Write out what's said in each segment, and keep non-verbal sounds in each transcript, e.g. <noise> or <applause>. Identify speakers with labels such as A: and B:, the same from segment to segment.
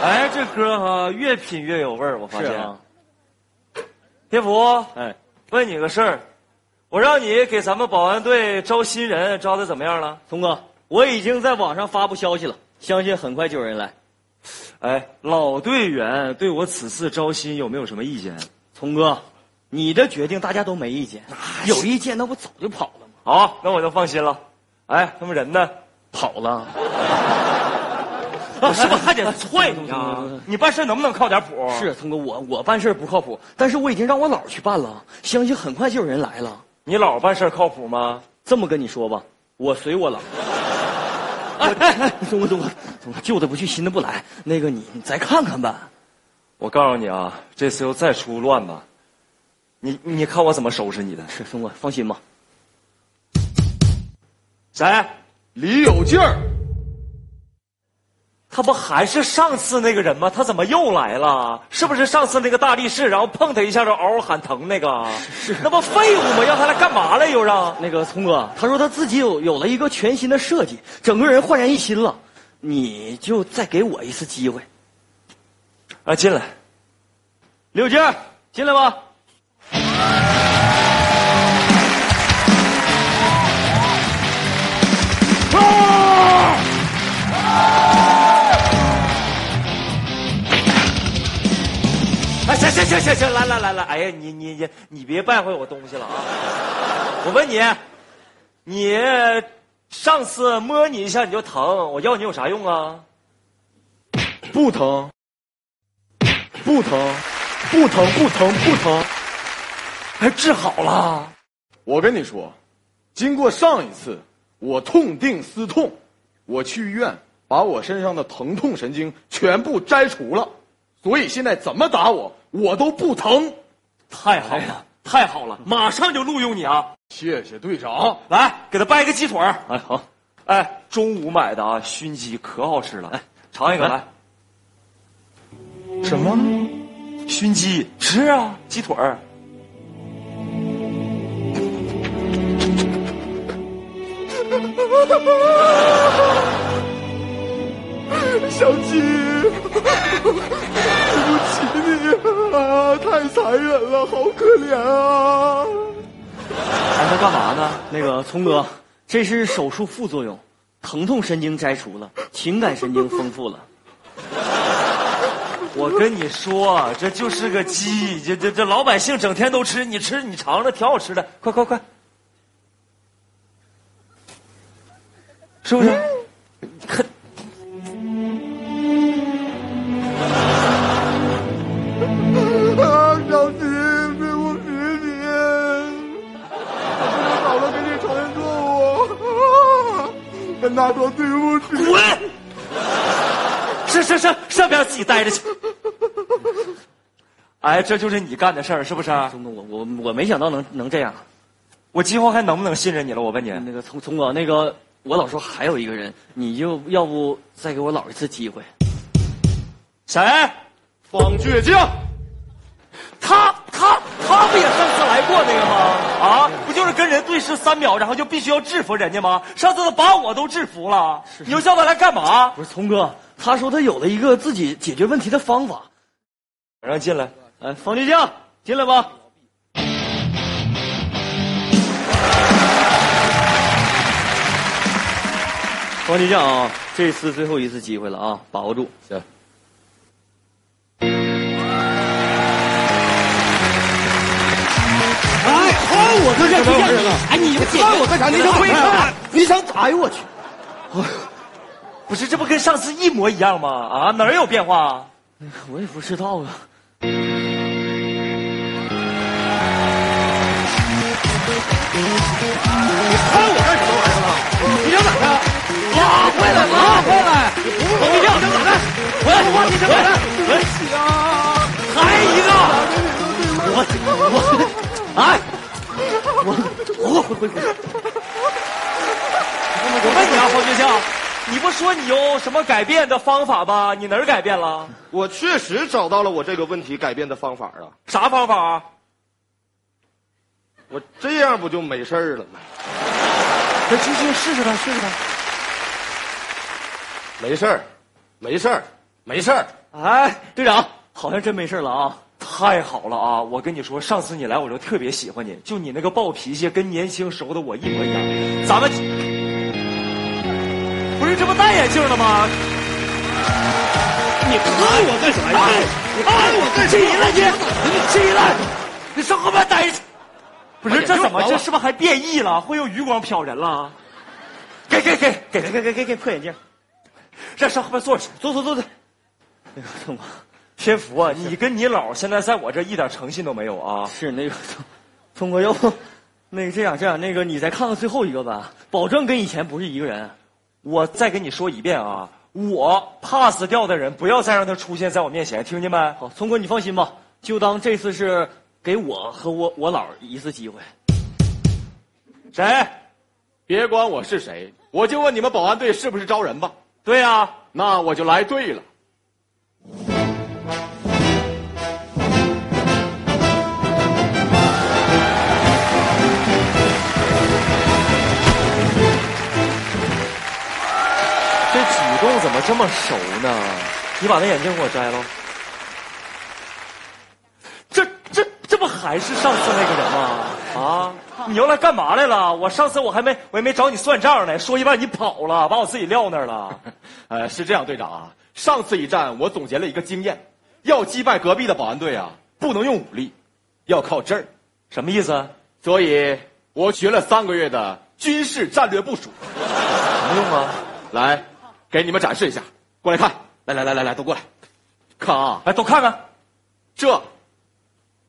A: 哎
B: 哎歌哈越品越有味儿，我发
A: 是
B: 现
A: 啊。，
B: 天福，
A: 哎，
B: 问你个事儿，我让你给咱们保安队招新人，招的怎么样了？
A: 童哥，我已经在网上发布消息了，相信很快就有人来。
B: 哎，老队员对我此次招新有没有什么意见？
A: 童哥，你的决定大家都没意见，有意见那不早就跑了吗？
B: 好，啊那我就放心了。哎，他们人呢？
A: 跑 <laughs> 了。我是不是还得踹你啊？
B: 你办事能不能靠点谱？
A: 是，童哥，我我办事不靠谱，但是我已经让我姥儿去办了，相信很快就有人来了。
B: 你老办事靠谱吗？
A: 这么跟你说吧，我随
B: <laughs>
A: 我姥。哎哎哎，童哥，童哥，童哥，旧的不去，新的不来。那个你，你再看看吧。
B: 我告诉你啊，这次又再出乱子，你你看我怎么收拾你的？
A: 是，童哥，放心吧。
B: 谁？
C: 李有劲儿，
B: 他不还是上次那个人吗？他怎么又来了？是不是上次那个大力士，然后碰他一下就嗷嗷喊疼那个？是那不废物吗？让他来干嘛来又让？
A: 那个聪哥，他说他自己有有了一个全新的设计，整个人焕然一新了。你就再给我一次机会，
B: 啊，进来，
A: 刘静，进来吧。
B: 啊哎，行行行行行，来来来来，哎呀，你你你你别败坏我东西了啊！我问你，你上次摸你一下你就疼，我要你有啥用啊？
C: 不疼，不疼，不疼，不疼，不疼。
B: 还治好了？
C: 我跟你说，经过上一次，我痛定思痛，我去医院把我身上的疼痛神经全部摘除了，所以现在怎么打我，我都不疼。
B: 太好了，太好了，马上就录用你啊！
C: 谢谢队长，
B: 来，给他掰个鸡腿儿。
A: 哎，好，
B: 哎，中午买的啊，熏鸡可好吃了，来哎尝一个来。
C: 什么？
B: 熏鸡是啊，鸡腿儿。
C: 小鸡，对不起你啊，太残忍了，好可怜啊！
B: 哎，他干嘛呢？
A: 那个聪哥，这是手术副作用，疼痛神经摘除了，情感神经
B: <laughs>
A: 丰富了。
B: 我跟你说，啊这就是个鸡，这这这老百姓整天都吃，你吃你尝尝，挺好吃的，快快快，是不是？看，
C: 啊，小鸡，对不起你，我少了给你承认错误，跟他说对不起。
B: 滚！ <laughs> 是是是，上边自己待着去。哎，这就是你干的事儿，是不是？
A: 聪哥，我我我没想到能能这样。啊
B: 我今后还能不能信任你了？我问你，
A: 那个聪聪哥，那个我老说还有一个人，你就要不再给我姥一次机会？
B: 谁？
C: 方倔强，
B: 他他他不也上次来过那个吗？
A: 嗯
B: 啊，不就是跟人对视三秒，然后就必须要制服人家吗？上次他把我都制服了，你又叫他来干嘛？
A: 不是聪哥，他说他有了一个自己解决问题的方法。
B: 让进来，
A: 哎，方倔强，进来吧。方倔强啊，这次最后一次机会了啊，把握住。
C: 行，
D: 哎，换我干啥？这样人了？哎，你换我干啥？你想亏看？你想咋？哎呦我去！
B: 不是这不跟上次一模一样吗？啊，哪儿有变化啊？
A: 我也不知道啊。
D: 换我干什么玩意儿了？你想咋的？拉回来，拉回来！我跟你讲，你想咋的？我要不换你想咋的？对不起啊！还一个，我我哎，我我回回回！
B: 我问你啊，黄学校，你不说你有什么改变的方法吗？你哪儿改变了？
E: 我确实找到了我这个问题改变的方法啊！
B: 啥方法啊？
E: 我这样不就没事儿了吗？
B: 那去去试试他，试试他。
E: 没事儿，没事儿，没事儿，
A: 哎，队长，好像真没事了啊！
B: 太好了啊！我跟你说，上次你来我就特别喜欢你，就你那个暴脾气跟年轻时候的我一模一样。咱们不是这不戴眼镜了吗？
D: 你拍我干啥呀？你拍我干啥？
B: 起来你，起来！你上后边待着。不是这怎么这是不是还变异了？会用余光瞟人了？给给给给给给给给破眼镜！让上后边坐着去，坐坐坐坐。
A: 那个什么，
B: 天福啊，你跟你姥现在在我这一点诚信都没有啊！
A: 是那个聪聪哥，要不 <laughs> 那个这样这样，那个你再看看最后一个吧，保证跟以前不是一个人。
B: 我再跟你说一遍啊，我 pass 掉的人不要再让他出现在我面前，听见没？
A: 好，聪哥你放心吧，就当这次是给我和我我姥一次机会。
B: 谁？
C: 别管我是谁，我就问你们保安队是不是招人吧？
B: 对啊，
C: 那我就来对了。
B: 这举动怎么这么熟呢？你把那眼镜给我摘了。这这这不还是上次那个人吗？啊，你又来干嘛来了？我上次我还没我还没找你算账呢，说一半你跑了，把我自己撂那儿了。
C: 呃，是这样，队长啊，上次一战我总结了一个经验，要击败隔壁的保安队啊，不能用武力，要靠这儿。
B: 什么意思？
C: 所以我学了三个月的军事战略部署，
B: 没用啊！
C: 来，给你们展示一下。过来看，来来来来来，都过来，看啊，
B: 来，都看看。
C: 这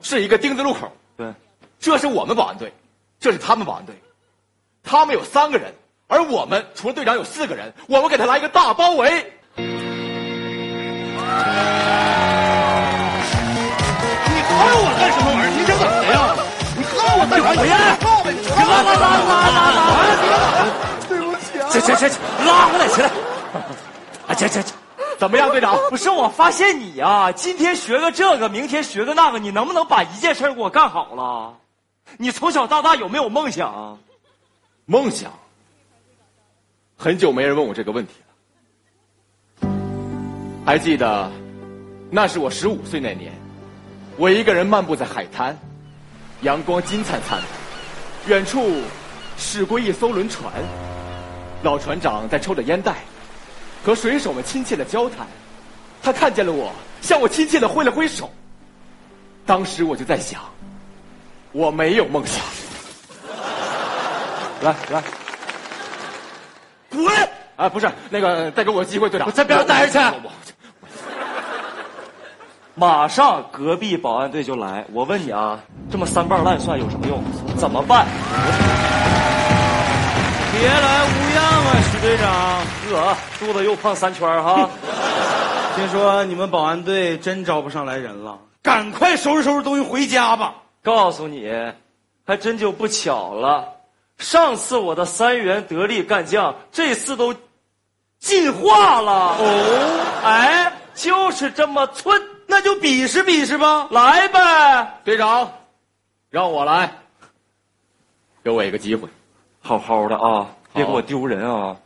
C: 是一个丁字路口，
B: 对，
C: 这是我们保安队，这是他们保安队，他们有三个人，而我们除了队长有四个人，我们给他来一个大包围。
D: 你拍我干什么玩意儿？你想咋的呀？你拍我干啥？你告呗！你
B: 拉拉拉拉拉拉！
E: 对不起啊
B: 这这这，拉回来起来。啊，这这这，
C: 怎么样，队长？
B: 不是我发现你啊，今天学个这个，明天学个那个，你能不能把一件事儿给我干好了？你从小到大有没有梦想啊？
C: 梦想。很久没人问我这个问题了。还记得，那是我十五岁那年，我一个人漫步在海滩，阳光金灿灿的，远处驶过一艘轮船，老船长在抽着烟袋，和水手们亲切的交谈。他看见了我，向我亲切的挥了挥手。当时我就在想，我没有梦想。来来，
B: 滚！
C: 啊，不是那个，再给我个机会，队长，
B: 我在边上待着去
C: 我我
B: 马上隔壁保安队就来，我问你啊，这么三瓣烂蒜有什么用？怎么办？别来无恙啊，徐队长，呵，肚子又胖三圈儿哈。
D: <laughs> 听说你们保安队真招不上来人了，赶快收拾收拾东西回家吧。
B: 告诉你，还真就不巧了。上次我的三元得力干将，这次都进化了。哦，哎，就是这么寸，
D: 那就比试比试吧。
B: 来呗，
C: 队长，让我来，给我一个机会。
B: 好好的啊，别给我丢人啊。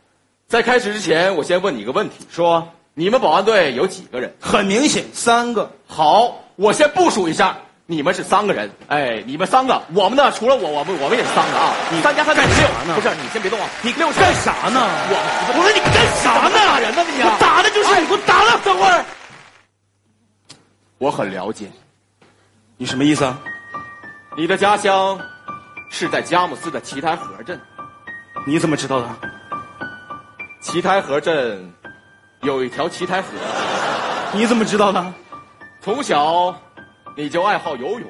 C: 在开始之前，我先问你一个问题，说你们保安队有几个人？
D: 很明显，三个
C: 好，我先部署一下，你们是三个人，哎，你们三个，我们呢，除了我，我们我们也是三个啊。你三加三等于六
D: 干啥呢
C: 不是，你先别动啊，你六
D: 干啥呢？
C: 我们
D: 我说你干啥呢？
C: 打人呢你啊
D: 我打的就是你，给我打了！等会儿，
C: 我很了解，
D: 你什么意思啊？
C: 你的家乡是在佳木斯的齐台河镇。
D: 你怎么知道的？
C: 齐台河镇有一条齐台河，
D: 你怎么知道的？
C: 从小你就爱好游泳。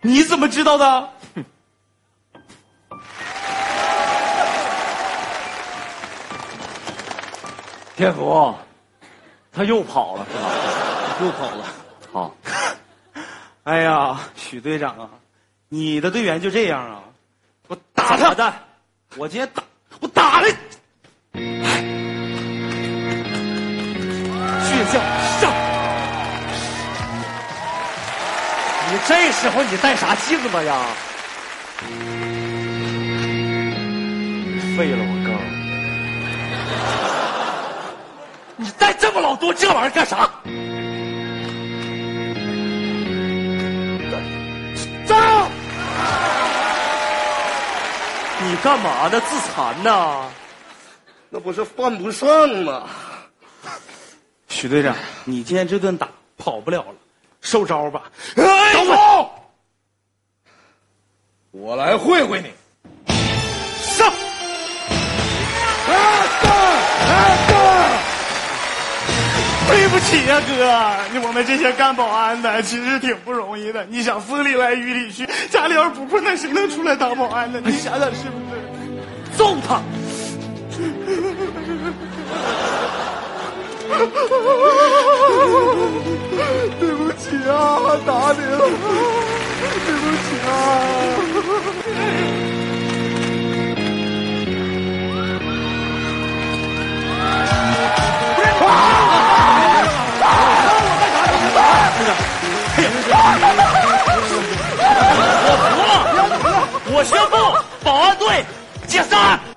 D: 你怎么知道 <laughs> 的？
B: 天福，他又跑了是吧？
D: 又跑了。
B: 好，
D: <laughs> 哎呀，许队长啊，你的队员就这样啊？我打
B: 咋
D: 他！
B: 的？
D: 我今天打，我打了。哎
B: 训校上。你这时候你带啥镜子呀？废了，我告诉你，你带这么老多这玩意儿干啥？你干嘛呢？自残呐？
E: 那不是犯不上吗？
A: 许队长，你今天这顿打跑不了了，收招吧。
C: 等我，我来会会你。上！
F: 对不起呀、哥，你我们这些干保安的其实挺不容易的。你想风里来雨里去，家里要是不困难，谁能出来当保安呢？你想想是不是？
B: 揍他！
F: 对不起啊，打你了，对不起啊。
B: 我服了，我宣布，保安队解散。